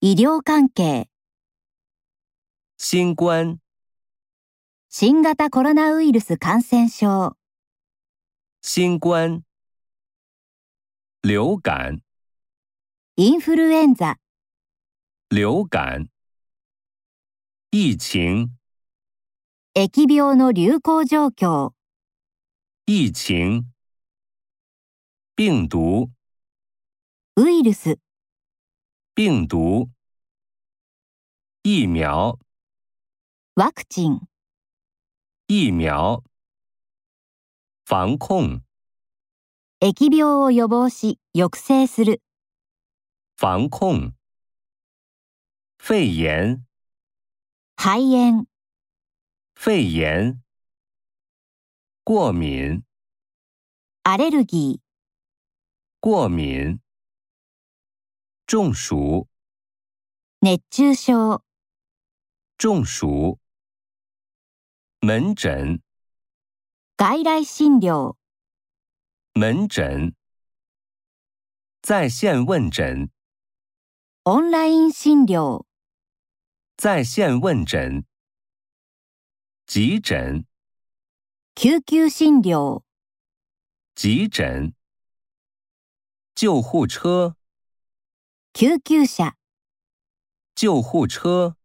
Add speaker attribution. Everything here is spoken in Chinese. Speaker 1: 医療関係、
Speaker 2: 新冠、
Speaker 1: 新型コロナウイルス感染症、
Speaker 2: 新冠。流感，
Speaker 1: インフルエンザ、
Speaker 2: 流感。疫情，
Speaker 1: 疫病の流行状況、
Speaker 2: 疫情。病毒，
Speaker 1: ウイルス、
Speaker 2: 病毒。疫苗，
Speaker 1: ワクチン、
Speaker 2: 疫苗。防控，
Speaker 1: 疫病を予防し、抑制する、
Speaker 2: 防控。肺炎，
Speaker 1: 肺炎、
Speaker 2: 肺炎。过敏，
Speaker 1: アレルギー、
Speaker 2: 过敏。中暑，
Speaker 1: 熱中症、
Speaker 2: 中暑。门诊，
Speaker 1: 外来診療、
Speaker 2: 门诊。在线问诊，
Speaker 1: オンライン診療、
Speaker 2: 在线问诊。急诊，
Speaker 1: 救急診療、
Speaker 2: 急诊。救护车，
Speaker 1: 救急車、
Speaker 2: 救护车。